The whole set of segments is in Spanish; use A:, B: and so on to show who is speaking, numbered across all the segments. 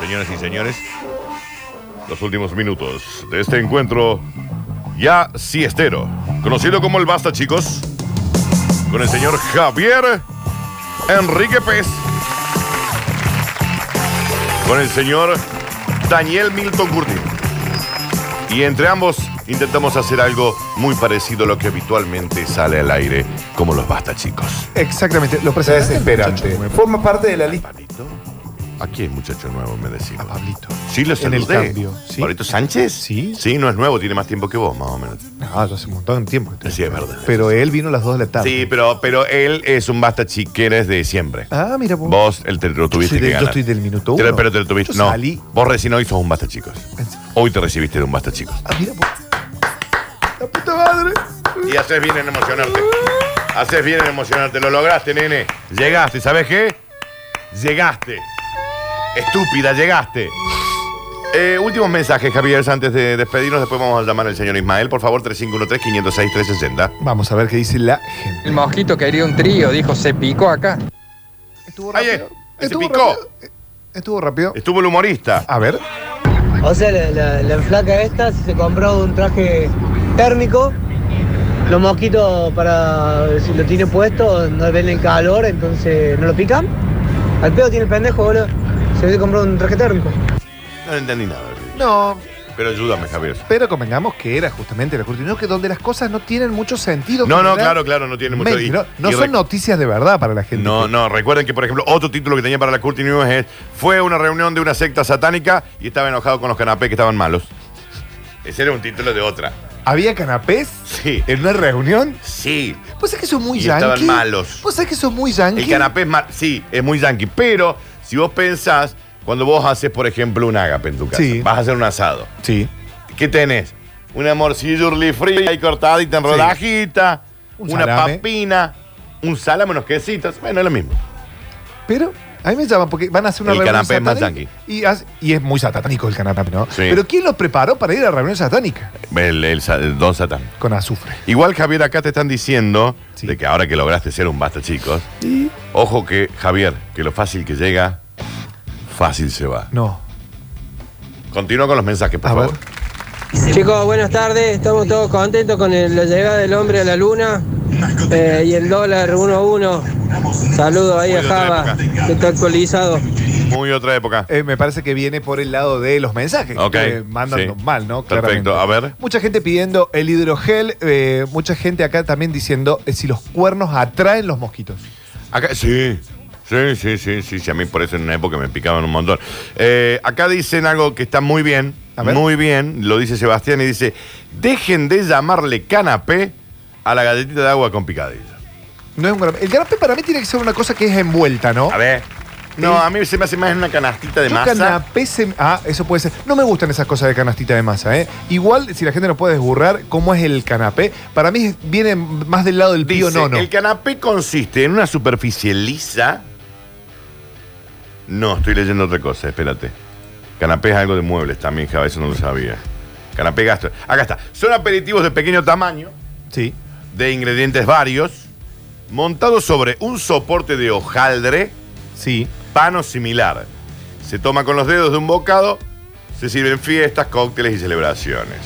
A: Señoras y señores, los últimos minutos de este encuentro ya siestero, conocido como el Basta, chicos, con el señor Javier Enrique Pez, con el señor Daniel Milton Curtin. Y entre ambos intentamos hacer algo muy parecido a lo que habitualmente sale al aire, como los Basta, chicos.
B: Exactamente, los
C: Es
B: presentes.
C: desesperante. Forma parte de la lista.
A: Pablito, aquí hay muchacho nuevo, me decís.
B: A Pablito.
A: Sí, lo
B: En el
A: saludé.
B: cambio, ¿sí?
A: ¿Pablito Sánchez?
B: Sí.
A: Sí, no es nuevo, tiene más tiempo que vos, más o menos.
B: No, yo hace un montón de tiempo. que estoy.
A: Sí, es verdad.
B: Pero él vino a las 2 de la tarde.
A: Sí, pero, pero él es un basta chiqueres de siempre.
B: Ah, mira vos.
A: Vos el te lo tuviste
B: soy de-
A: que
B: yo
A: ganar.
B: estoy del minuto
A: Te lo-
B: uno.
A: Pero te lo tuviste.
B: Yo
A: no.
B: salí.
A: Vos recién hoy sos un basta chicos. Hoy te recibiste de un basta chicos.
B: Ah, mira vos. La puta madre.
A: Y haces bien en emocionarte. Haces bien en emocionarte. Lo lograste, nene. Llegaste, ¿sabes qué? Llegaste. Estúpida, llegaste. Eh, últimos mensajes, Javier, antes de despedirnos. Después vamos a llamar al señor Ismael. Por favor, 3513-506-360.
B: Vamos a ver qué dice la gente.
D: El mosquito quería un trío, dijo, se picó acá.
B: Estuvo
A: Ahí es. Ahí se picó.
B: rápido. Estuvo rápido.
A: Estuvo el humorista.
B: A ver.
E: O sea, la, la- la flaca esta se compró un traje térmico. Los mosquitos, para si lo tiene puesto, no ven el calor, entonces no lo pican. Al pedo tiene el pendejo, boludo. Se ve compró un traje térmico.
A: No entendí nada.
B: No,
A: Pero ayúdame, Javier.
B: pero convengamos que era justamente la cortina, que donde las cosas no tienen mucho sentido.
A: No, no,
B: general,
A: claro, claro, no tiene mucho
B: mente,
A: y-
B: No, no
A: y
B: son
A: rec-
B: noticias de verdad para la gente.
A: No, no, recuerden que, por ejemplo, otro título que tenía para la Curti News es Fue una reunión de una secta satánica y estaba enojado con los canapés que estaban malos. Ese era un título de otra.
B: ¿Había canapés
A: Sí. eh,
B: en una reunión?
A: Sí.
B: Pues es que son muy
A: Y
B: yankees.
A: estaban malos.
B: Pues es que son muy yankees.
A: El canapé es mal. Sí, es muy yankee. Pero si vos pensás, cuando vos haces, por ejemplo, un ágape en tu casa,
B: Sí.
A: vas a hacer un asado.
B: Sí.
A: ¿Qué tenés? Una morcilla urli fría y cortadita en
B: Sí.
A: rodajita,
B: Un
A: una
B: salame.
A: papina, un salame, unos quesitos. Bueno, es lo mismo.
B: Pero a mí me llaman porque van a hacer una
A: El
B: reunión
A: canapé es más
B: satánica Y, hace- y es muy satánico el canapé, ¿no?
A: Sí.
B: Pero ¿quién lo preparó para ir a la reunión satánica?
A: El, el sa- el don Satán.
B: Con azufre.
A: Igual, Javier, acá te están diciendo
B: Sí.
A: de que ahora que lograste ser un basta, chicos, ojo que, Javier, que lo fácil que llega, fácil se va.
B: No.
A: Continúa con los mensajes, por
B: A ver.
A: favor.
E: Chicos, buenas tardes. Estamos todos contentos con el- la llegada del hombre a la luna eh, y el dólar 1-1. Saludos ahí a
A: Muy de otra
E: Java,
A: época.
E: que está actualizado.
A: Muy otra época.
B: Eh, me parece que viene por el lado de los mensajes.
A: Ok,
B: Que mandan
A: sí.
B: mal, ¿no?
A: Perfecto, a ver.
B: Mucha gente pidiendo el hidrogel. eh, mucha gente acá también diciendo eh, si los cuernos atraen los mosquitos.
A: Acá, sí. Sí, sí, sí, sí, sí, A mí por eso en una época me picaban un montón. Eh, acá dicen algo que está muy bien,
B: A ver.
A: muy bien, lo dice Sebastián y dice, dejen de llamarle canapé a la galletita de agua con picadillo.
B: No es un canapé. El canapé para mí tiene que ser una cosa que es envuelta, ¿no?
A: A ver. No,
B: Sí.
A: a mí se me hace más en una canastita de
B: Yo
A: masa.
B: canapé se- Ah, eso puede ser. No me gustan esas cosas de canastita de masa, ¿eh? Igual, si la gente no puede desburrar cómo es el canapé, para mí es- viene más del lado del tío
A: Dice,
B: nono.
A: El canapé consiste en una superficie lisa. No, estoy leyendo otra cosa, espérate. Canapé es algo de muebles también, Java, eso no lo sabía. Canapé gastro. Acá está. Son aperitivos de pequeño tamaño,
B: Sí.
A: de ingredientes varios, montados sobre un soporte de hojaldre,
B: Sí.
A: pano similar. Se toma con los dedos de un bocado, se sirven fiestas, cócteles y celebraciones.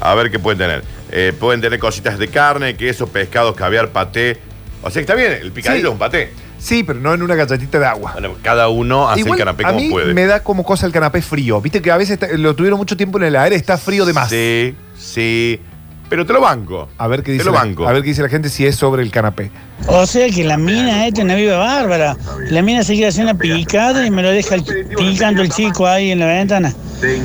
A: A ver qué pueden tener. Eh, pueden tener cositas de carne, queso, pescado, caviar, paté. O sea que está bien, el picadillo
B: Sí.
A: es un paté.
B: Sí, pero no en una galletita de agua.
A: Bueno, cada uno hace el
B: Igual,
A: canapé
B: a
A: como
B: mí
A: puede.
B: me da como cosa el canapé frío. Viste que a veces está- lo tuvieron mucho tiempo en el aire, está frío de más.
A: Sí, sí. Pero te lo banco.
B: A ver qué
A: Te
B: dice.
A: lo
B: la-
A: banco.
B: a ver qué dice la gente si es sobre el canapé.
F: O sea que la mina esta es una viva bárbara. La mina se quiere hacer una picada y me lo deja el- picando el chico ahí en la ventana.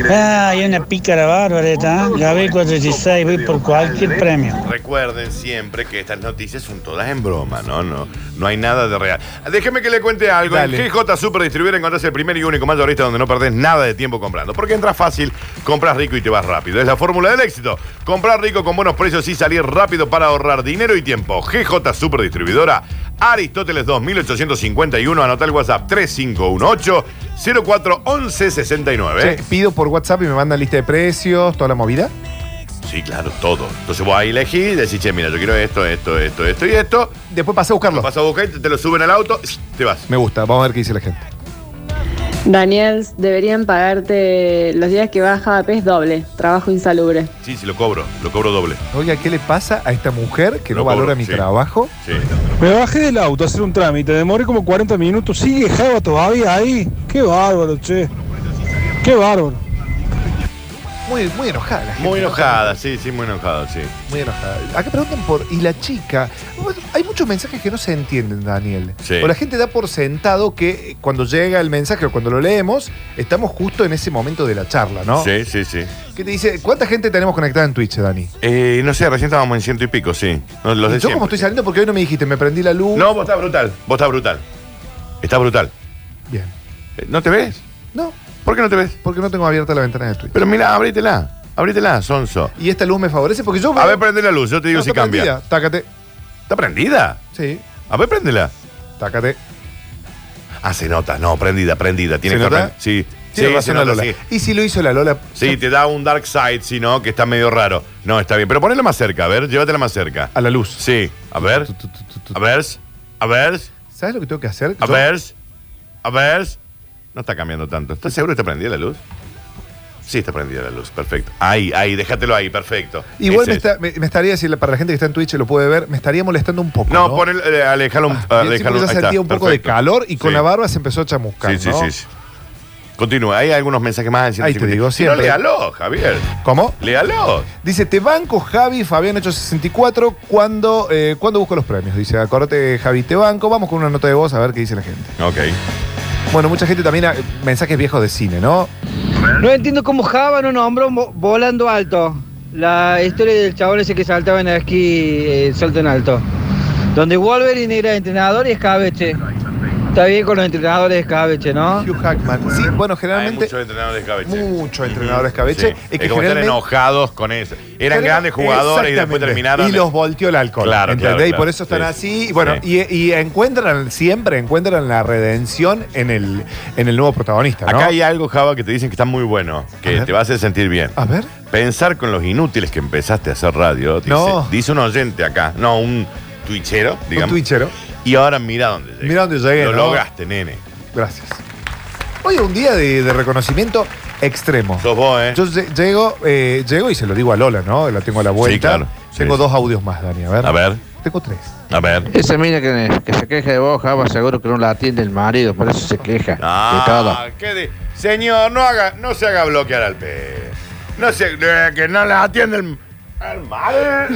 F: Ah, es una pícara bárbara esta. ¿eh? Gabriel 416, voy por cualquier premio.
A: Recuerden siempre que estas noticias son todas en broma, ¿no? No, no hay nada de real. Déjeme que le cuente algo.
B: Dale.
A: En GJ Super Distribuidor encontrás el primer y único mayorista donde no perdés nada de tiempo comprando. Porque entras fácil, compras rico y te vas rápido. Es la fórmula del éxito. Comprar rico con buenos precios y salir rápido para ahorrar dinero y tiempo. GJ Super Distribuidora, Aristóteles 2851. Anota el WhatsApp 3518 041169.
B: Che, pido por WhatsApp y me mandan lista de precios, toda la movida.
A: Sí, claro, todo. Entonces vos ahí elegís y decís, che, mira, yo quiero esto, esto, esto, esto y esto.
B: Después pasé a
A: Lo
B: buscarlo.
A: vas a buscar, y te te lo suben al auto, te vas.
B: Me gusta, vamos a ver qué dice la gente.
G: Daniel, deberían pagarte los días que vas a es doble, trabajo insalubre.
A: Sí, sí, lo cobro, lo cobro doble.
B: Oiga, ¿qué le pasa a esta mujer que no,
A: Lo cobro,
B: valora mi
A: sí.
B: trabajo?
A: Sí.
H: Me bajé del auto a hacer un trámite, demoré como 40 minutos, sigue Java todavía ahí. Qué bárbaro, che. Qué bárbaro.
B: Muy, muy enojada la gente.
A: Muy enojada, sí, sí, muy enojada, sí.
B: Muy enojada. Acá preguntan por. ¿Y la chica? Bueno, Hay muchos mensajes que no se entienden, Daniel.
A: Sí.
B: O la gente da por sentado que eh, cuando llega el mensaje o cuando lo leemos, estamos justo en ese momento de la charla, ¿no?
A: Sí, sí, sí.
B: Que te dice, ¿cuánta gente tenemos conectada en Twitch, Dani?
A: Eh, no sé, recién estábamos en ciento y pico, sí. No, los
B: Y
A: de
B: yo,
A: siempre.
B: como estoy saliendo, porque hoy no me dijiste, me prendí la luz.
A: No, vos estás brutal, vos estás brutal. Está brutal.
B: Bien.
A: Eh, ¿No te ves?
B: No,
A: ¿Por qué no te ves?
B: porque no tengo abierta la ventana de Twitch.
A: Pero mira, abrítela, abrítela, Sonso.
B: Y esta luz me favorece porque yo.
A: A ver, prende la luz, yo te digo
B: No,
A: si
B: está
A: cambia.
B: prendida. Tácate,
A: ¿Está prendida?
B: sí,
A: A ver, préndela.
B: tácate.
A: Ah, se nota, no, prendida, prendida. Tiene
B: ¿Se
A: que
B: nota?
A: prend- Sí,
B: Tiene
A: sí,
B: razón
A: se
B: la
A: nota,
B: Lola.
A: sí.
B: Y si lo hizo la Lola.
A: Sí, te da un dark side, si no, que está medio raro. No, está bien. Pero ponela más cerca, a ver, llévatela más cerca.
B: A la luz.
A: Sí, a ver,
B: Tu, tu, tu, tu, tu.
A: a ver, a ver,
B: ¿Sabes lo que tengo que hacer?
A: a
B: Yo-
A: ver, a ver. No está cambiando tanto. ¿Estás seguro que está prendida la luz? Sí, está prendida la luz, perfecto. Ahí, ahí, déjatelo ahí, perfecto.
B: Igual
A: Ese
B: me,
A: es. este.
B: está- me- me estaría, si la- para la gente que está en Twitch y lo puede ver, me estaría molestando un poco.
A: No,
B: No, Ah,
A: pon el, eh, alejalo un...
B: Bien, sí,
A: alejalo
B: porque
A: un-
B: ya
A: ahí está,
B: sentía un poco de
A: perfecto.
B: calor y con
A: Sí.
B: la barba se empezó a chamuscar.
A: Sí, sí,
B: ¿no?
A: sí, sí. Continúa, hay algunos mensajes más en
B: Ahí te
A: 150. Si No,
B: digo, siempre.
A: léalo, Javier.
B: ¿Cómo?
A: Léalo.
B: Dice, te banco Javi, Fabián 864, cuando, eh, cuando busco los premios. Dice, acordate Javi, te banco, vamos con una nota de voz a ver qué dice la gente.
A: Ok.
B: Bueno, mucha gente también, ah, mensajes viejos de cine, ¿no?
E: No entiendo cómo Java no nombró Mo- volando alto. La historia del chabón ese que saltaba en el esquí, eh, salto en alto. Donde Wolverine era entrenador y escabeche. Está bien con los entrenadores de escabeche, ¿no?
B: Hugh Hackman. Sí, bueno,
A: Hay
B: generalmente...
A: muchos entrenadores escabeche.
B: Muchos entrenadores escabeche.
A: Sí.
B: Es
A: Es
B: que
A: como están
B: generalmente-
A: enojados con eso. Eran grandes jugadores y después
B: Exactamente.
A: terminaron.
B: Y los volteó el alcohol.
A: Claro,
B: ¿entendés?
A: claro,
B: Y por
A: claro.
B: eso están
A: Sí,
B: así.
A: sí.
B: Y bueno,
A: Sí.
B: y, y encuentran, siempre encuentran la redención en el, en el nuevo protagonista. ¿no?
A: Acá hay algo, Java, que te dicen que está muy bueno,
B: A
A: que
B: ver. Ah.
A: te va a hacer sentir bien.
B: A ver.
A: Pensar con los inútiles que empezaste a hacer radio, dice,
B: No.
A: dice un oyente acá, no, un twitchero, digamos.
B: Un twitchero.
A: Y ahora mira dónde llegué.
B: Mirá dónde llegué,
A: Lo
B: ¿no?
A: lograste, nene.
B: Gracias. Hoy es un día de, de reconocimiento extremo.
A: Sos vos, ¿eh?
B: Yo lle- llego, eh, llego y se lo digo a Lola, ¿no? La tengo a la vuelta.
A: claro. Sí,
B: Tengo
A: sí.
B: dos audios más, Dani. A ver.
A: A ver,
B: Tengo tres.
A: a ver.
I: Esa mina que, que se queja de vos, Java, seguro que no la atiende el marido, por eso se queja. de todo.
A: Ah, qué de- Señor, no haga, no se haga bloquear al pez. No se, eh, que no la atiende el, al mar.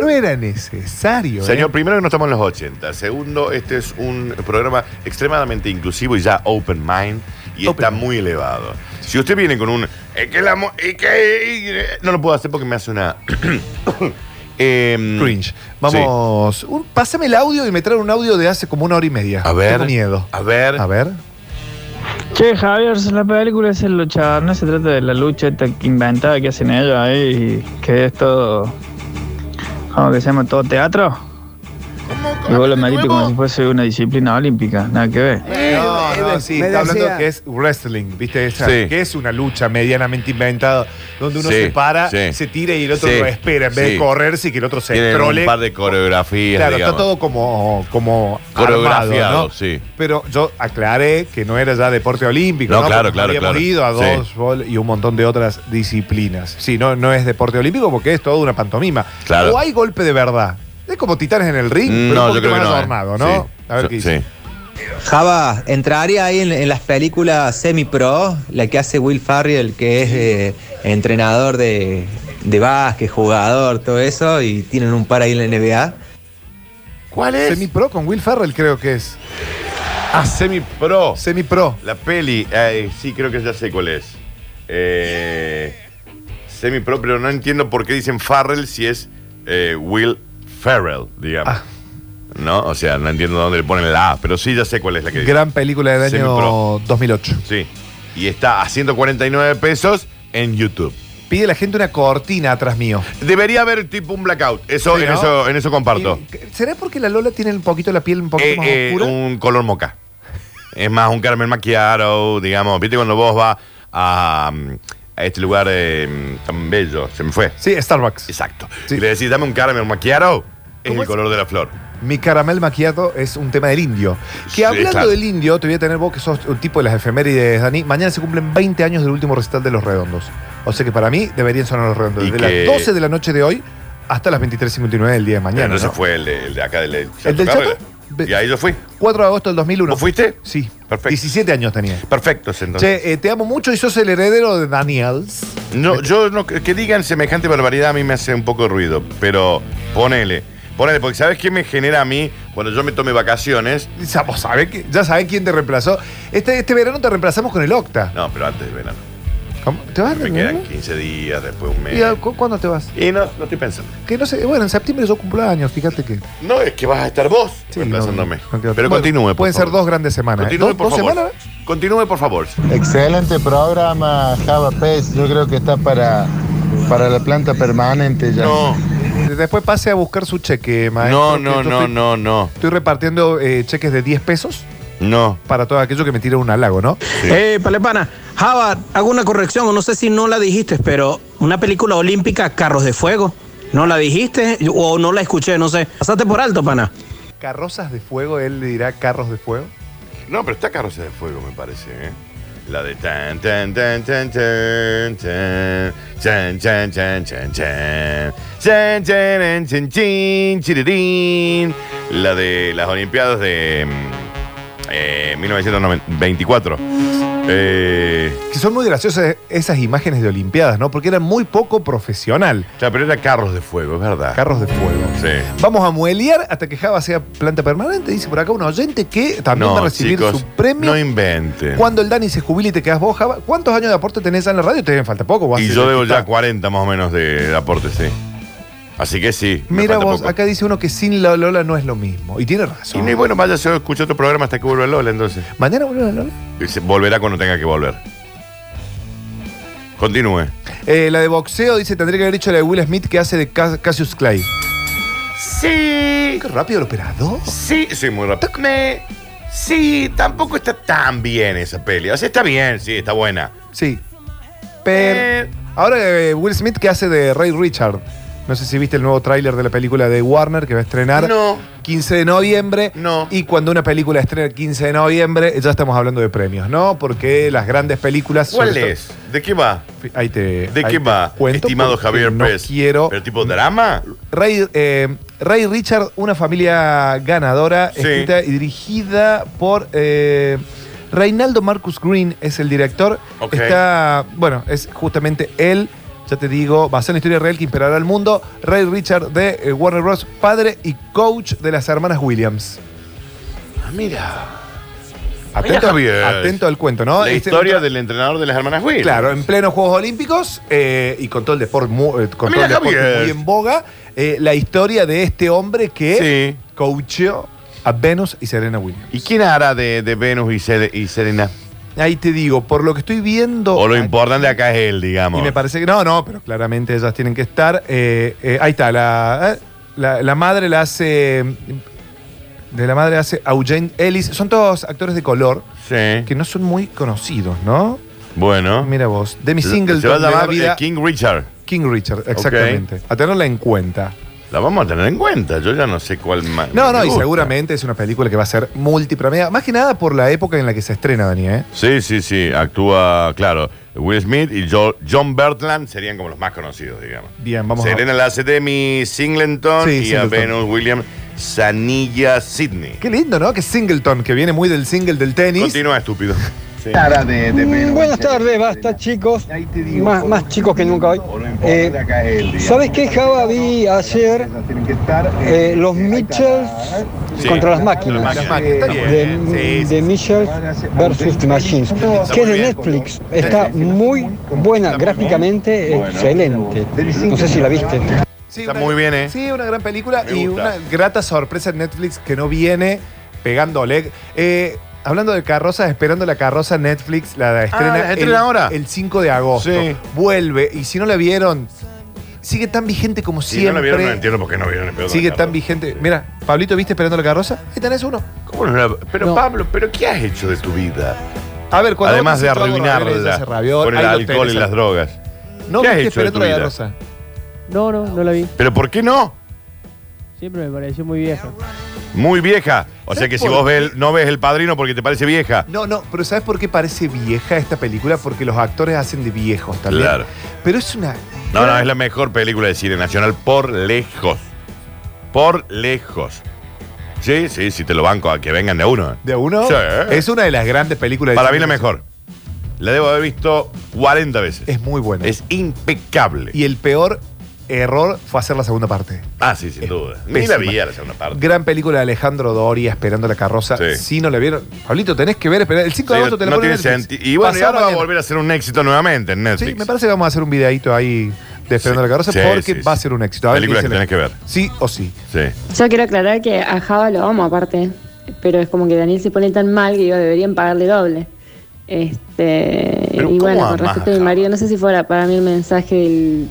B: No era necesario. ¿eh?
A: Señor, primero que no estamos en los 80. Segundo, este es un programa extremadamente inclusivo y ya open mind y
B: Open
A: está
B: mind.
A: muy elevado. Si usted viene con un. "Es que la mu- y que- y- eh", no lo puedo hacer porque me hace una. Em,
B: Cringe. Vamos. un- pásame el audio y me traen un audio de hace como una hora y media.
A: A ver.
B: Tengo miedo.
A: A ver.
B: A ver.
J: Che, Javier, la película es el luchador, no se trata de la lucha esta que inventada que hacen ellos ahí, que es todo. ¿Cómo que se llama? ¿Todo teatro? Y vos lo metiste como si fuese una disciplina olímpica, nada que ver.
B: No, no, sí,
C: me
B: está
C: desea-
B: hablando que es wrestling, ¿viste? Esa,
A: Sí.
B: Que es una lucha medianamente inventada, donde uno
A: Sí,
B: se para,
A: sí.
B: se tira y el otro
A: Sí,
B: lo espera, en vez
A: sí.
B: de correrse y que el otro se
A: Tienen
B: trole.
A: un par de coreografías.
B: Claro,
A: digamos.
B: está todo como, como
A: Coreografiado,
B: armado, ¿no?
A: sí.
B: Pero yo aclaré que no era ya deporte olímpico,
A: No,
B: ¿no?
A: claro,
B: Porque
A: claro,
B: habíamos
A: claro.
B: ido a
A: Sí.
B: dos y un montón de otras disciplinas. Sí, no, no es deporte olímpico porque es toda una pantomima.
A: Claro.
B: O hay golpe de verdad. Es como titanes en el ring, pero
A: No, yo
B: un poquito
A: creo que
B: más
A: no. eh.
B: adornado, ¿no?
A: Sí.
B: A ver qué dice.
A: Sí.
K: Java, entraría ahí en, en las películas semi-pro, la que hace Will Farrell, que es eh, entrenador de, de básquet, jugador, todo eso, y tienen un par ahí en la NBA.
A: ¿Cuál es?
B: Semi-pro con Will Ferrell creo que es.
A: ah, semi-pro.
B: Semi-pro.
A: La peli, eh, sí, creo que ya sé cuál es. Eh, semi-pro, pero no entiendo por qué dicen Farrell si es eh, Will Ferrell, digamos.
B: Ah.
A: ¿No? O sea, no entiendo dónde le ponen la A, pero sí ya sé cuál es la que dicen.
B: Gran película del año
A: Semi-pro.
B: 2008.
A: Sí. Y está a 149 pesos en YouTube.
B: Pide la gente una cortina atrás mío.
A: Debería haber tipo un blackout. Eso,
B: Sí,
A: en,
B: ¿no?
A: eso en eso comparto.
B: Y- ¿Será porque la Lola tiene un poquito la piel un poquito
A: Eh,
B: más
A: eh,
B: oscura?
A: un color moca. Es más, un Carmen Macchiato, digamos. ¿Viste cuando vos vas a, mm, a este lugar eh, tan bello? Se me fue.
B: Sí, Starbucks.
A: Exacto.
B: Sí.
A: Y le decís, dame un caramel macchiato, es
B: ¿Cómo
A: el
B: es?
A: color de la flor.
B: Mi caramel maquiato es un tema del indio. Que
A: Sí,
B: hablando
A: claro.
B: del indio, te voy a tener vos que sos un tipo de las efemérides, Dani. Mañana se cumplen 20 años del último recital de Los Redondos. O sea que para mí deberían sonar Los Redondos.
A: Y
B: Desde
A: que-
B: las 12 de la noche de hoy hasta las 23.59 del día de mañana.
A: Entonces
B: ¿no?
A: fue el, de- el de acá del del
B: ¿El del
A: Chato Carrera.
B: Chato?
A: Y ahí yo fui.
B: 4 de agosto del 2001.
A: ¿Vos fuiste?
B: Sí.
A: Perfecto.
B: 17 años tenía.
A: Perfecto, ese entonces.
B: Che, eh, te amo mucho y sos el heredero de Daniels.
A: No, yo no, que que digan semejante barbaridad a mí me hace un poco de ruido, pero ponele. Ponele, porque ¿sabes qué me genera a mí? Bueno, yo me tomé vacaciones.
B: Ya vos sabés que- ya sabés quién te reemplazó. Este, este verano te reemplazamos con el Octa.
A: No, pero antes de verano.
B: ¿Cómo? ¿Te vas de
A: Me
B: nuevo?
A: quedan 15 días, después un
B: ¿Y a-
A: mes.
B: cu- cuándo te vas?
A: Y no, no estoy pensando.
B: Que no sé, bueno, en septiembre yo cumplo años, fíjate que.
A: No, es que vas a estar vos reemplazándome.
B: no queda-
A: pero
B: Bueno,
A: continúe, por
B: Pueden ser
A: favor.
B: dos grandes semanas. ¿eh?
A: Continúe,
B: ¿Dos,
A: por
B: dos
A: favor.
B: semanas?
A: Continúe, por favor.
L: Excelente programa, Java Pez. Yo creo que está para, para la planta permanente ya.
A: No,
B: eh, Después pase a buscar su cheque,
A: no,
B: maestro.
A: no,
B: que yo
A: no,
B: estoy,
A: no, no.
B: Estoy repartiendo eh, cheques de 10 pesos
A: No.
B: para todo aquello que me tira un halago, ¿no?
M: Eh, Palepana, Java, hago una corrección, no sé si no la dijiste, pero una película olímpica, Carros de Fuego, ¿no la dijiste o no la escuché, no sé? Pasaste por alto, pana.
B: Carrozas de fuego, él le dirá carros de fuego.
A: No, pero está Carroza de Fuego, me parece, ¿eh? La de tan, tan, tan, tan, tan, tan, chan, chan, chan, chan, chan, chan, chan, chan, chin, chirirín. La de las Olimpiadas de mm, eh, 1924. Eh,
B: Que son muy graciosas esas imágenes de Olimpiadas, ¿no? Porque era muy poco profesional.
A: ya, pero era Carros de Fuego, es verdad.
B: Carros de fuego.
A: Sí.
B: Vamos a muelear hasta que Java sea planta permanente. Dice por acá un oyente que también va a recibir
A: chicos,
B: su premio.
A: No inventen.
B: Cuando el Dani se jubile y te quedas vos, Java, ¿cuántos años de aporte tenés ya en la radio? Te falta poco. vos
A: Y
B: haces-
A: yo debo ya 40 más o menos de aporte, sí. Así que sí. me
B: Mira
A: falta
B: vos,
A: poco.
B: acá dice uno que sin la Lola no es lo mismo. Y tiene razón.
A: Y no, y bueno, vaya, se escucha otro programa hasta que vuelva Lola, entonces.
B: Mañana vuelve la Lola.
A: Y se- Volverá cuando tenga que volver. Continúe.
B: Eh, la de boxeo dice tendría que haber hecho la de Will Smith que hace de Cas- Cassius Clay.
A: Sí.
B: Qué rápido el operador.
A: Sí, soy muy rápido. Me- Sí, tampoco está tan bien esa peli. O sea, está bien, sí, está buena.
B: Sí. Pero.
A: Eh.
B: Ahora eh, Will Smith que hace de Ray Richard. No sé si viste el nuevo tráiler de la película de Warner que va a estrenar.
A: No.
B: 15 de noviembre.
A: No.
B: Y cuando una película estrena el 15 de noviembre, ya estamos hablando de premios, ¿no? Porque las grandes películas.
A: ¿Cuál
B: sobre
A: es? ¿De qué va?
B: todo- Ahí
A: ¿De
B: te. ahí
A: qué
B: te
A: va?
B: cuento
A: Estimado
B: porque
A: Javier
B: no
A: Pérez.
B: Quiero.
A: ¿Pero tipo drama?
B: Ray, eh, Ray Richard, una familia ganadora,
A: Sí.
B: escrita y dirigida por eh, Reinaldo Marcus Green, es el director.
A: Ok.
B: Está, bueno, es justamente él, ya te digo, basado en la historia real que imperará el mundo. Ray Richard de eh, Warner Bros., padre y coach de las hermanas Williams.
A: Ah, mira.
B: Atento,
A: Javier.
B: atento al cuento, ¿no?
A: la
B: Este-
A: historia del entrenador de las hermanas Will.
B: Claro, en plenos Juegos Olímpicos eh, y con todo el deporte, mu- eh, con todo
A: Ah, Mira,
B: el deporte
A: Javier.
B: muy en boga, eh, la historia de este hombre que coacheó a Venus y Serena Williams.
A: ¿Y quién hará de, de Venus y, Sele- y Serena?
B: Ahí te digo, por lo que estoy viendo.
A: O lo
B: aquí,
A: importante acá es él, digamos.
B: Y me parece que. No, no, pero claramente ellas tienen que estar. eh, eh, ahí está, la, eh, la, la madre la hace. De la madre hace Eugene Ellis. Son todos actores de color
A: Sí.
B: que no son muy conocidos, ¿no?
A: Bueno.
B: Mira vos. Demi
A: Se-
B: Singleton
A: Se va a
B: le da
A: llamar
B: vida-
A: eh, King Richard.
B: King Richard, exactamente. A tenerla en cuenta.
A: La vamos a tener en cuenta. Yo ya no sé cuál más.
B: No, no,
A: me
B: y
A: gusta.
B: seguramente es una película que va a ser multipremiada. Más que nada por la época en la que se estrena, Dani, ¿eh?
A: Sí, sí, sí. Actúa, claro, Will Smith y Jo- John Bertland serían como los más conocidos, digamos.
B: Bien, vamos
A: Serena la hace Demi Singleton
B: Sí,
A: y a
B: Singleton.
A: Venus Williams Sanilla Sidney.
B: a... Qué lindo, ¿no? Que Singleton, que viene muy del single del tenis.
A: Continúa, estúpido. Sí.
N: Mm, Buenas tardes, basta chicos. Más, más chicos que nunca hoy. Eh, ¿Sabes qué, Java? Vi ayer eh, los Mitchells
O: Sí,
N: contra las
O: contra
N: máquinas.
O: las máquinas. Está
N: De,
O: bien,
N: de
O: sí, sí,
N: Mitchells versus the Machines. Que es de Netflix. Está muy buena gráficamente, excelente. No sé si la viste.
B: Sí,
A: Está
B: una-
A: muy bien, ¿eh?
B: Sí, una gran película
A: Me
B: y
A: gusta.
B: una grata sorpresa en Netflix que no viene pegándole. Eh, hablando de carrozas, esperando la carroza Netflix, la estrena,
A: Ah, la estrena
B: el,
A: ahora.
B: el 5 de agosto.
A: Sí.
B: Vuelve, y si no la vieron, sigue tan vigente como
A: Si
B: siempre.
A: no la vieron, no entiendo por qué no vieron el pedo de
B: Sigue
A: la
B: tan
A: carroza.
B: vigente. Mira, Pablito, ¿viste esperando la carroza? Ahí tenés uno.
A: ¿Cómo no la- Pero Pablo, ¿pero qué has hecho de tu vida?
B: A ver, cuando
A: Además
B: vos
A: de
B: decís, "Yo hago ravioles,
A: arruinarla
B: hace raviol",
A: con el
B: ahí lo
A: alcohol
B: tenés.
A: y las drogas.
B: ¿No
A: ¿Qué has
B: viste
A: hecho de
B: esperando
A: tu
B: la
A: vida?
B: carroza?
O: No, no, no la vi.
A: ¿Pero por qué no?
O: Siempre me pareció muy vieja.
A: Muy vieja. O sea que si
B: por
A: vos ves el- no ves el padrino porque te parece vieja.
B: No, no, pero ¿sabes por qué parece vieja esta película? Porque los actores hacen de viejos también.
A: Claro.
B: Pero es una.
A: No, no, es la mejor película de cine nacional por lejos. Por lejos. Sí, sí, sí, te lo banco a que vengan de a uno. eh.
B: ¿De a uno?
A: Sí.
B: Es una de las grandes películas de
A: Para mí
B: cine
A: la
B: nacional.
A: mejor. La debo haber visto 40 veces.
B: Es muy buena.
A: Es impecable.
B: Y el peor error fue hacer la segunda parte.
A: Ah, sí, sin duda. Ni la
B: pésima.
A: vi a la segunda parte.
B: Gran película de Alejandro Doria, Esperando la carroza.
A: Sí.
B: Si no la vieron, Pablito, tenés que ver. espera, El 5 de
A: Sí,
B: agosto te la
A: no
B: ponen
A: tiene
B: en Netflix.
A: sentido. Y bueno, y
B: Pasado
A: ahora va a
B: mañana.
A: volver a ser un éxito nuevamente en Netflix.
B: Sí, me parece que vamos a hacer un videito ahí de Esperando la carroza
A: sí,
B: porque
A: sí,
B: va a ser un éxito. A ver qué
A: Películas que
B: dice la-
A: tenés que ver.
B: Sí o sí.
A: Sí.
G: Yo quiero aclarar que a Java lo amo aparte, pero es como que Daniel se pone tan mal que digo, deberían pagarle doble. Este,
A: Pero
G: y
A: ¿cómo
G: bueno,
A: amás
G: con respecto
A: a
G: a mi marido, no sé si fuera para mí el mensaje del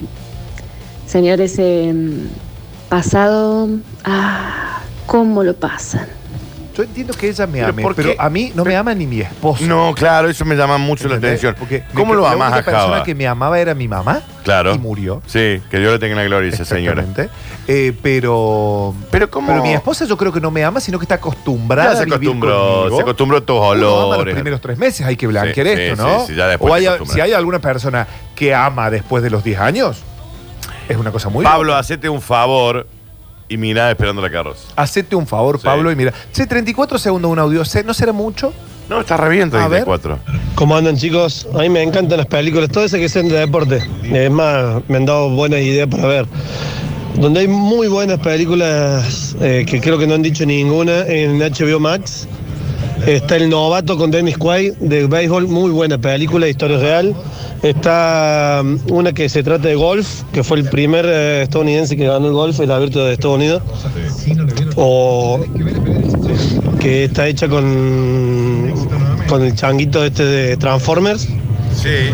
G: señor ese mm, pasado. Ah, cómo lo pasan.
B: Yo entiendo que ella me
A: Pero
B: ame,
A: ¿por
B: pero
A: qué?
B: a mí no me ama ni mi esposo.
A: No, claro, eso me llama mucho la atención.
B: Porque
A: ¿Cómo
B: mi-
A: lo
B: La
A: amás a
B: única persona
A: Java?
B: que me amaba era mi mamá.
A: Claro.
B: Y murió.
A: Sí, que Dios le tenga la gloria, esa señora.
B: Exactamente. Eh, pero.
A: Pero cómo-
B: Pero mi esposa yo creo que no me ama, sino que está acostumbrada
A: Ya se
B: a vivir
A: acostumbró,
B: conmigo.
A: se acostumbró a tus
B: Uno ama los
A: olores.
B: primeros tres meses, hay que blanquear
A: Sí,
B: esto,
A: sí,
B: ¿no?
A: sí, sí, ya después
B: o
A: te
B: hay-
A: acostumbras.
B: si hay alguna persona que ama después de los 10 años, es una cosa muy
A: Pablo, hacete un favor y mirá esperando la carroza.
B: Hacete un favor, Pablo, y mira. Che, 34 segundos un audio. ¿se- ¿No será mucho?
A: No, está reviento
B: A ver.
A: 34.
P: ¿Cómo andan chicos? A mí me encantan las películas, todas esas que sean de deporte. Es más, me han dado buenas ideas para ver. Donde hay muy buenas películas eh, que creo que no han dicho ninguna en HBO Max. Está El Novato con Dennis Quaid de béisbol, muy buena película, historia real. Está mm, una que se trata de golf, que fue el primer eh, estadounidense que ganó el golf, el abierto de Estados Unidos. O que está hecha con, con el changuito este de Transformers.
A: Sí.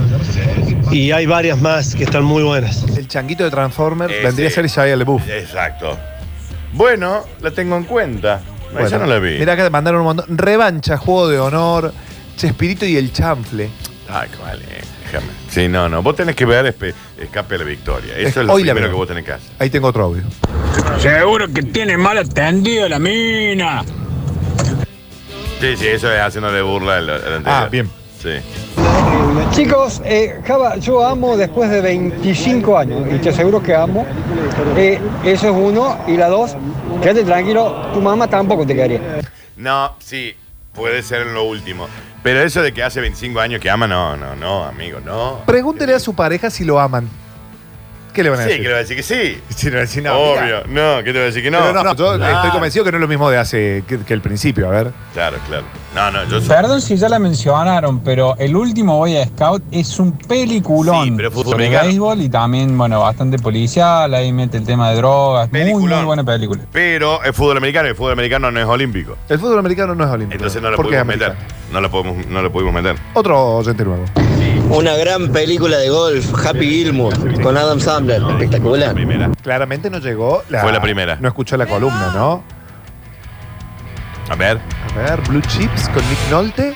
P: Y hay varias más que están muy buenas.
B: El changuito de Transformers
A: Ese.
B: vendría a ser Isaiah LeBouf.
A: Exacto. Bueno, la tengo en cuenta. No, esa no la vi.
B: Mira, acá te mandaron un montón. Revancha, juego de honor, Chespirito y el chanfle.
A: Ay, qué vale, déjame. Sí, no, no. Vos tenés que ver espe- Escape a la Victoria. Eso es,
B: Es-
A: lo
B: hoy la
A: primero que
B: veo.
A: vos tenés que hacer.
B: Ahí tengo otro audio.
Q: Seguro que tiene mal atendido la mina.
A: Sí, sí, eso es haciéndole burla al, al anterior.
B: Ah, bien.
A: Sí.
N: Chicos, eh, Java, yo amo después de 25 años y te aseguro que amo. Eh, eso es uno. Y la dos, quédate tranquilo, tu mamá tampoco te quedaría.
A: No, sí, puede ser en lo último. Pero eso de que hace 25 años que ama, no, no, no, amigo, no.
B: Pregúntele a su pareja si lo aman. ¿Qué le van a
A: Sí,
B: decir?
A: que le va a decir que sí.
B: Si no, si no,
A: Obvio. No, ¿qué te va a decir que no?
B: Pero no, no, yo
A: Ah,
B: estoy convencido que no es lo mismo de hace que, que el principio, a ver.
A: Claro, claro. No, no, yo soy.
Q: Perdón si ya la mencionaron, pero el último Boy Scout es un peliculón
A: Sí, pero fue
Q: sobre
A: americano.
Q: béisbol y también, bueno, bastante policial, ahí mete el tema de drogas, muy, muy buena película.
A: Pero es fútbol americano, el fútbol americano no es olímpico.
B: El fútbol americano no es olímpico.
A: Entonces no lo
B: ¿Por qué es
A: pudimos meter. No lo pudimos, no lo pudimos meter.
B: Otro oyente nuevo.
R: Una gran película de golf, Happy Gilmore, con Adam Sandler. Espectacular.
B: Claramente no llegó la.
A: Fue la primera.
B: No escuchó la columna, ¿no?
A: A ver.
B: A ver, Blue Chips con Nick Nolte.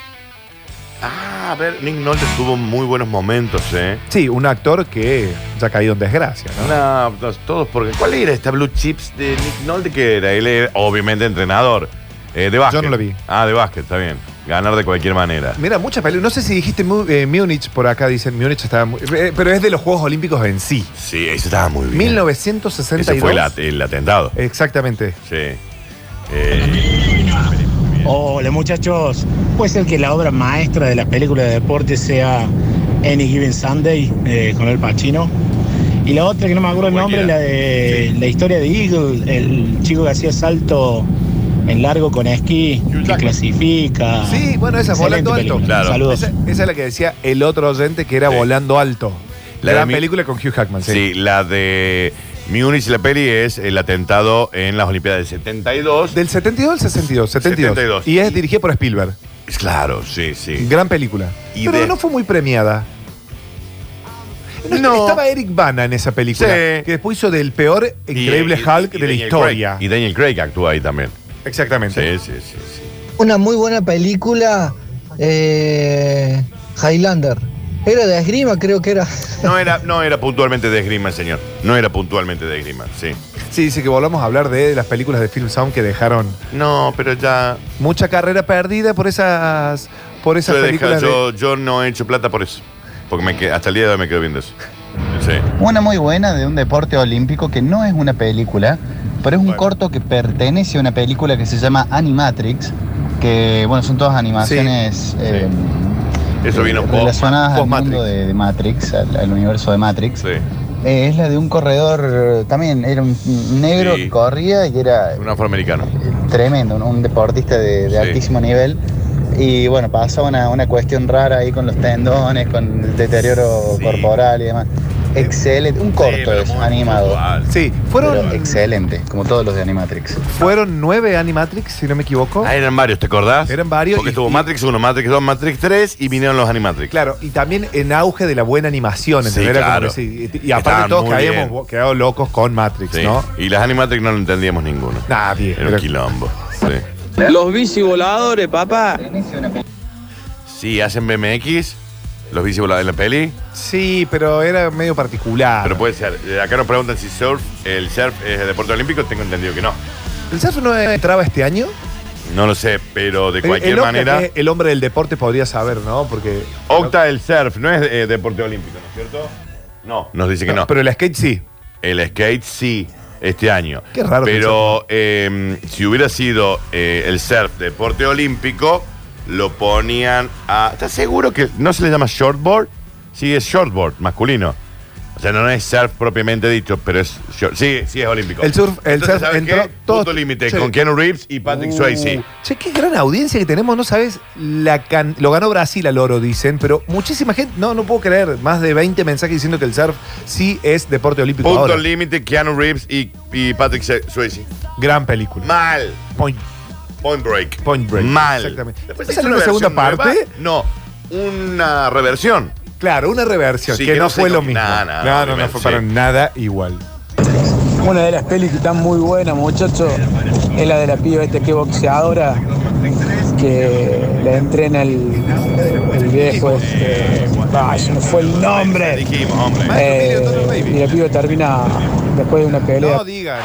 A: Ah, a ver, Nick Nolte tuvo muy buenos momentos, ¿eh?
B: Sí, un actor que ya ha caído en desgracia, ¿no?
A: No, no, todos porque. ¿Cuál era esta Blue Chips de Nick Nolte que era? Él era, obviamente, entrenador eh, de básquet.
B: Yo no la vi.
A: Ah, de básquet, está bien. Ganar de cualquier manera.
B: Mira, muchas películas. No sé si dijiste Mu- eh, Múnich, por acá dicen Múnich estaba muy- eh, pero es de los Juegos Olímpicos en sí.
A: Sí, eso estaba muy bien.
B: 1962.
A: Ese fue el, at- el atentado.
B: Exactamente.
A: Sí. Eh,
S: Hola muchachos, puede ser que la obra maestra de las películas de deporte sea Any Given Sunday eh, con el Pacino. Y la otra que no me acuerdo el nombre, la de la historia de Eagle, el chico que hacía salto en largo con esquí, que clasifica.
A: Ah.
B: Sí, bueno, esa es
S: Excelente
B: Volando Alto.
S: película. Saludos.
B: Esa, esa es la que decía el otro oyente que era Volando Alto.
A: La
B: La
A: de
B: Gran
A: mi-
B: película con Hugh Hackman, sí.
A: sí, la de Múnich, la peli, es el atentado en las Olimpiadas del 72.
B: Del 72 al 62, 72.
A: 72.
B: Y es dirigida por Spielberg.
A: Claro, sí, sí.
B: Gran película.
A: Y
B: Pero
A: de-
B: no fue muy premiada. No, Estaba Eric Bana en esa película.
A: Sí.
B: Que después hizo del peor Increíble
A: Y- y-
B: Hulk
A: y
B: de la
A: Daniel
B: historia.
A: Craig- y Daniel Craig actúa ahí también.
B: Exactamente.
A: Sí, sí, sí. sí.
T: Una muy buena película, eh, Highlander.
E: Era de esgrima, creo que era.
A: No era, no era puntualmente de esgrima, el señor. No era puntualmente de esgrima, sí.
B: Sí, dice que volvamos a hablar de las películas de Film Sound que dejaron.
A: No, pero ya.
B: Mucha carrera perdida por esas. Por esas
A: Yo, he dejado-
B: películas. de-
A: yo, yo no he hecho plata por eso. Porque me qued- hasta el día de hoy me quedo viendo eso. Sí.
O: Una muy buena de un deporte olímpico que no es una película, pero es un corto que pertenece a una película que se llama Animatrix, que bueno, son todas animaciones eh,
A: Eso vino post-
O: relacionadas al
A: post-Matrix.
O: mundo de, de Matrix, al, al universo de Matrix. Eh, es la de un corredor, eh, también era un negro
A: Sí.
O: que corría y era
A: Un afroamericano.
O: tremendo, un, un deportista de, de altísimo nivel. Y bueno, pasa una, una cuestión rara ahí con los tendones, con el deterioro corporal y demás. Excelente, un corto es, animado.
A: Ah,
B: Sí, fueron-
O: Pero excelente, como todos los de Animatrix.
B: Fueron nueve Animatrix, si no me equivoco.
A: Ah, eran varios, ¿te acordás? Eran
B: varios.
A: Porque estuvo Matrix 1, Matrix 2, Matrix 3 y vinieron los Animatrix.
B: Claro, y también en auge de la buena animación,
A: Sí,
B: ¿entendés? Era como
A: claro.
B: que sí, y, y aparte
A: Estaban
B: todos
A: muy
B: que
A: bien.
B: habíamos quedado locos con Matrix,
A: Sí.
B: ¿no?
A: Y las Animatrix no lo entendíamos ninguno.
B: Nadie.
A: Era un quilombo. Sí.
T: Los bici voladores, papá.
A: Sí, hacen BMX, los bici volados en la peli.
B: Sí, pero era medio particular.
A: Pero puede ser. Eh, Acá nos preguntan si surf, el surf es el deporte olímpico. Tengo entendido que no.
B: ¿El surf no entraba este año?
A: No lo sé, pero de cualquier
B: Eh, el, el hombre
A: manera.
B: que- el hombre del deporte podría saber, ¿no? Porque.
A: Octa, el surf no es eh, deporte olímpico, ¿no es cierto? No, nos dice que no.
B: Pero el skate sí.
A: El skate sí, este año.
B: Qué raro
A: Pero eh, si hubiera sido eh, el surf deporte olímpico, lo ponían a. ¿Estás seguro que no se le llama shortboard? Sí, es shortboard, masculino. O sea, no es surf propiamente dicho, pero es short- Sí, sí es olímpico.
B: El surf- el
A: Entonces,
B: surf
A: ¿sabes
B: entró
A: qué?
B: todo-
A: Punto límite
B: sí. Uh,
A: con Keanu Reeves y Patrick Swayze.
B: Che, qué gran audiencia que tenemos, no sabes, la can- lo ganó Brasil al oro, dicen, pero muchísima gente, no, no puedo creer, más de 20 mensajes diciendo que el surf sí es deporte olímpico.
A: Punto
B: ahora.
A: límite Keanu Reeves y, y Patrick Swayze.
B: Gran película.
A: Mal.
B: Point.
A: Point Break.
B: Point Break.
A: Mal.
B: Exactamente.
A: Después
B: ¿Esa
A: hizo
B: es la segunda
A: versión
B: parte?
A: nueva. No, una reversión.
B: Claro, una reversión,
A: Sí,
B: que,
A: que
B: no,
A: no se
B: fue lo
A: combina
B: mismo.
A: nada,
B: Claro, no,
A: obviamente,
B: fue
A: sí.
B: para nada igual.
U: Una de las pelis que están muy buenas, muchachos, es la de la piba esta que es boxeadora, que la entrena el, el viejo. este, ay, se me fue el nombre. Eh, y la piba termina después de una pelea.
B: No digan.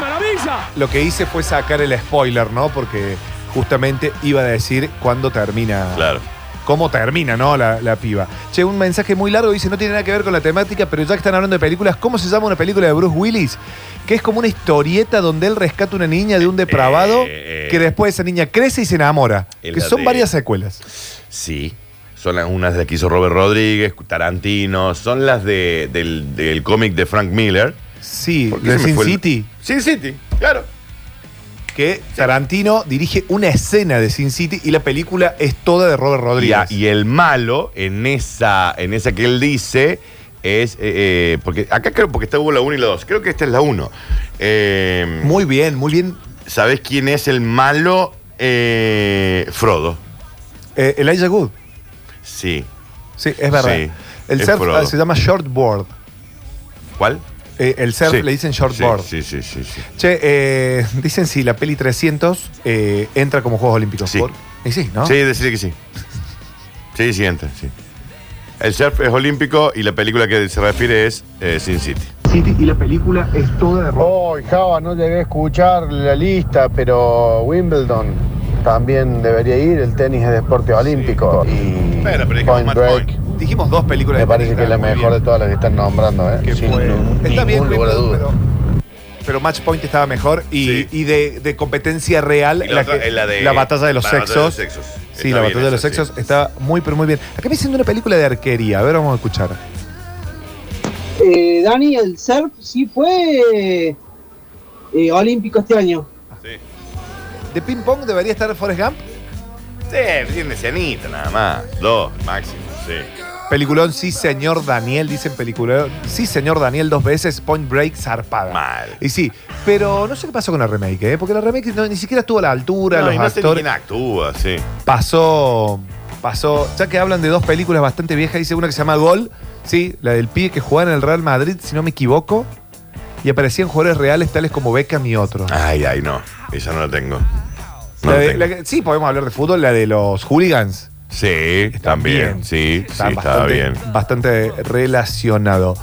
B: maravilla! Lo que hice fue sacar el spoiler, ¿no? Porque justamente iba a decir cuándo termina.
A: Claro.
B: Cómo termina, ¿no? La, la piba. Che, un mensaje muy largo dice, no tiene nada que ver con la temática, pero ya que están hablando de películas, ¿cómo se llama una película de Bruce Willis? Que es como una historieta donde él rescata una niña de un depravado
A: Eh, eh.
B: que después esa niña crece y se enamora.
A: Es
B: Que
A: la
B: son
A: de-
B: varias secuelas.
A: Sí. Son las unas de las que hizo Robert Rodríguez, Tarantino, son las de, del, del cómic de Frank Miller.
B: Sí,
A: ¿Por qué
B: de
A: se me
B: Sin
A: fue el-
B: City.
A: Sin City, claro.
B: Que Tarantino dirige una escena de Sin City y la película es toda de Robert
A: Y,
B: Rodríguez.
A: a- y el malo en esa, en esa que él dice es. eh, eh, porque acá creo porque está hubo la 1 y la 2. Creo que esta es la 1.
B: muy bien, muy bien.
A: ¿Sabés quién es el malo? Eh, Frodo.
B: Eh, Elijah Good.
A: Sí.
B: Sí, es verdad.
A: Sí,
B: el
A: es
B: surf
A: Frodo.
B: ah, se llama shortboard.
A: ¿Cuál?
B: Eh, el surf
A: Sí.
B: le dicen
A: Sí,
B: shortboard.
A: Sí, sí, sí. sí.
B: Che, eh, dicen si la peli 300 eh, entra como Juegos Olímpicos. Sí. Y sí, ¿no?
A: Sí, decirle que sí. Sí, sí, entra, sí. El surf es olímpico y la película que se refiere es eh, Sin City.
B: y la película es toda de
L: Hoy, Java, no llegué a escuchar la lista, pero Wimbledon también debería ir. El tenis es deporte olímpico. Y Point Break.
B: Dijimos dos películas
L: Me parece que es la mejor de todas las que están nombrando, ¿eh? Sin ningún
B: Está bien,
L: lugar a
B: Wimbledon,
L: dudas.
B: pero, pero Match Point estaba mejor y, y de, de competencia real
A: Y la otra
B: que-
A: es la de-
B: la batalla de los
A: la batalla de
B: sexos.
A: los sexos. Está
B: Sí, la
A: bien
B: batalla de los
A: esa, sí.
B: sexos estaba muy, pero muy bien. Acá me dicen de una película de arquería. A ver, vamos a escuchar.
E: Eh, Dani, el surf sí fue eh, olímpico este año.
B: ¿De ping pong debería estar Forrest Gump?
A: Sí, tiene cenita nada más. Dos, máximo, sí.
B: Peliculón, sí, señor Daniel, dicen peliculón. Sí, señor Daniel, dos veces, Point Break zarpada.
A: Mal.
B: Y sí, pero no sé qué pasó con la remake, ¿eh? Porque la remake no- ni siquiera estuvo a la altura,
A: No,
B: los
A: y no sé ni
B: actores.
A: quién actúa, sí.
B: pasó, pasó, ya que hablan de dos películas bastante viejas, dice una que se llama Gol, sí, la del pibe que jugaba en el Real Madrid, si no me equivoco, y aparecían jugadores reales tales como Beckham y otros.
A: Ay, ay, Ah, no. Esa no la tengo.
B: La de- la que- sí, podemos hablar de fútbol, la de los hooligans.
A: Sí, también,
B: bien.
A: sí,
B: Está
A: sí, está
B: bastante,
A: bien.
B: bastante relacionado.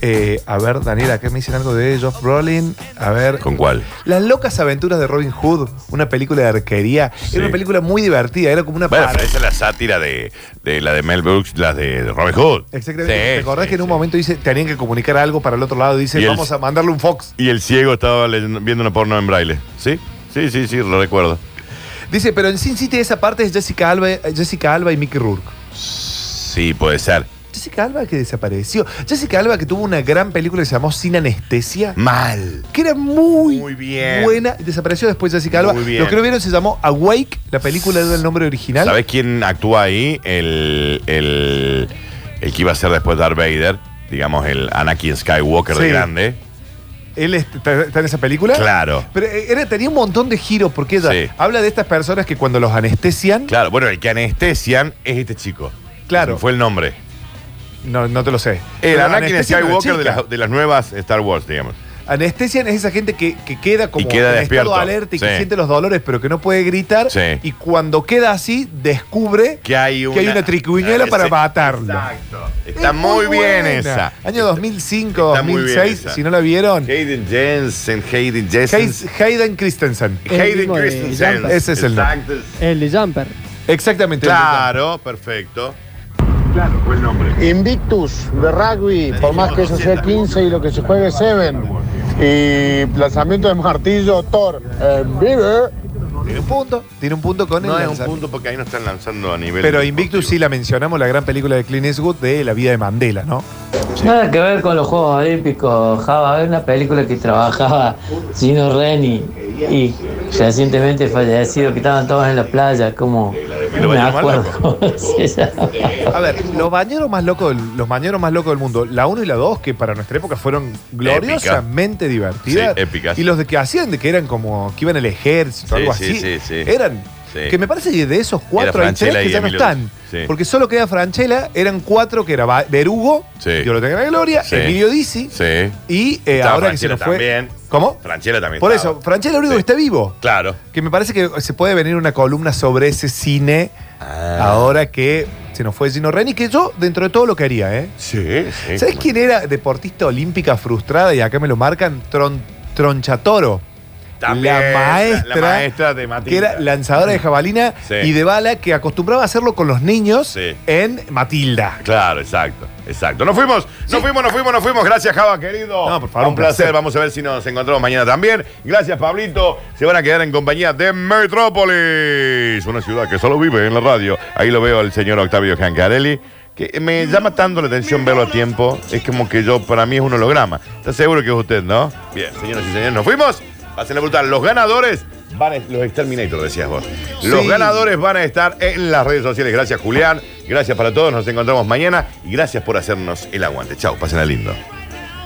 B: Eh, a ver, Daniela, acá me dicen algo de Josh Brolin. A ver.
A: ¿Con cuál?
B: Las locas aventuras de Robin Hood, una película de arquería.
A: Sí.
B: Era una película muy divertida, era como una
A: Bueno,
B: par-
A: pero esa es la sátira de, de la de Mel Brooks, la de Robin Hood.
B: Exactamente.
A: Sí,
B: ¿Te acordás
A: sí,
B: que en un momento dice, tenían que comunicar algo para el otro lado? Dice,
A: Y el-
B: vamos a mandarle un Fox.
A: Y el ciego estaba leyendo- viendo una porno en braille. ¿Sí? Sí, sí, sí, lo recuerdo.
B: Dice, pero en Sin City esa parte es Jessica Alba, Jessica Alba y Mickey Rourke.
A: Sí, puede ser.
B: Jessica Alba que desapareció. Jessica Alba que tuvo una gran película que se llamó Sin Anestesia.
A: Mal.
B: Que era muy,
A: Mm. bien.
B: buena. y Desapareció después Jessica Alba.
A: Muy bien.
B: Lo que no vieron se llamó Awake, la película era el nombre original.
A: ¿Sabes quién actúa ahí? El, el, el que iba a ser después Darth Vader, digamos el Anakin Skywalker de
B: Sí.
A: grande.
B: Él está, está en esa película.
A: Claro.
B: Pero eh, era- tenía un montón de giros porque ella
A: Sí.
B: habla de estas personas que cuando los anestesian.
A: Claro, bueno, el que anestesian es este chico.
B: Claro.
A: Fue el nombre.
B: No, no te lo sé.
A: El
B: Pero
A: Anakin
B: anestesian a una
A: Skywalker Eh, de
B: chica.
A: las, de las nuevas Star Wars, digamos.
B: Anestesian es esa gente que, que queda como
A: Y queda
B: en
A: despierto.
B: estado alerta y que
A: Sí.
B: siente los dolores, pero que no puede gritar.
A: Sí.
B: Y cuando queda así, descubre
A: Que hay una,
B: que hay una triquiñuela para
A: Ese-
B: matarlo.
A: Está
B: Es
A: muy bien
B: buena.
A: esa.
B: Año 2005,
A: Está muy bien
B: 2006,
A: esa.
B: si no la vieron.
A: Hayden Jensen, Hayden Jensen.
B: Hayes- Hayden Christensen.
A: Es el Hayden mismo de Christensen. Jumper.
B: Ese es el nombre.
A: Exacto.
B: El de Jumper. Exactamente. el de
A: Claro, perfecto. Claro, fue el nombre.
L: Invictus de rugby, por más que eso sea 15 y lo que se juegue 7. Y lanzamiento de martillo, Thor. Eh, Bieber.
B: Tiene un punto. Tiene un punto con
A: No es
B: el
A: un
B: lanzamiento.
A: punto porque ahí no están lanzando a nivel.
B: Pero
A: de-
B: Invictus sí la mencionamos, la gran película de Clint Eastwood de la vida de Mandela, ¿no?
D: Nada que ver con los Juegos Olímpicos, Java. Hay una película que trabajaba Gino Reni y recientemente fallecido, que estaban todos en la playa, como. No me acuerdo cómo se llama.
B: A ver, los bañeros más locos del, los bañeros más locos del mundo, la 1 y la 2, que para nuestra época fueron gloriosamente divertidas.
A: Sí, épicas.
B: Y los de que hacían de que eran como que iban al ejército o
A: Sí,
B: algo
A: sí,
B: así.
A: sí, sí.
B: Eran.
A: Sí.
B: Que me parece que de esos cuatro
A: Era
B: hay tres
A: Franchella
B: que
A: y
B: ya no
A: Emilio.
B: están.
A: Sí.
B: Porque solo queda Franchella, eran cuatro que era Ba- Berugo,
A: Sí.
B: Yo lo tengo en la gloria,
A: Sí.
B: Emilio Dizzi
A: Sí.
B: y eh,
A: Estaba
B: ahora que se
A: Franchella
B: nos fue.
A: también.
B: ¿Cómo?
A: Franchella también.
B: Por
A: estaba.
B: eso, Franchella es el único que está vivo.
A: Claro.
B: Que me parece que se puede venir una columna sobre ese cine
A: Ah.
B: ahora que se nos fue Gino Reni, que yo dentro de todo lo quería, ¿eh?
A: Sí, sí.
B: ¿Sabes quién era deportista olímpica frustrada? Y acá me lo marcan, Tron- Tronchatoro.
A: También,
B: la maestra,
A: la maestra de Matilda.
B: que era lanzadora de jabalina
A: Sí.
B: y de bala, que acostumbraba a hacerlo con los niños en Matilda.
A: Claro, exacto, exacto. Nos fuimos, nos fuimos, nos fuimos, nos fuimos. Gracias, Java, querido. No, por
B: favor,
A: Un
B: un
A: placer.
B: placer.
A: Vamos a ver si nos encontramos mañana también. Gracias, Pablito. Se van a quedar en compañía de Metrópolis, una ciudad que solo vive en la radio. Ahí lo veo al señor Octavio Giancarelli, que me llama tanto la atención verlo a tiempo. Es como que yo, para mí es un holograma. ¿Está seguro que es usted, no? Bien, señoras y señores, nos fuimos. Pasen la brutal. Los ganadores van a, los Exterminator, decías vos. Los
B: Sí.
A: ganadores van a estar en las redes sociales. Gracias, Julián. Gracias para todos. Nos encontramos mañana. Y gracias por hacernos el aguante. Chau, pasen a lindo.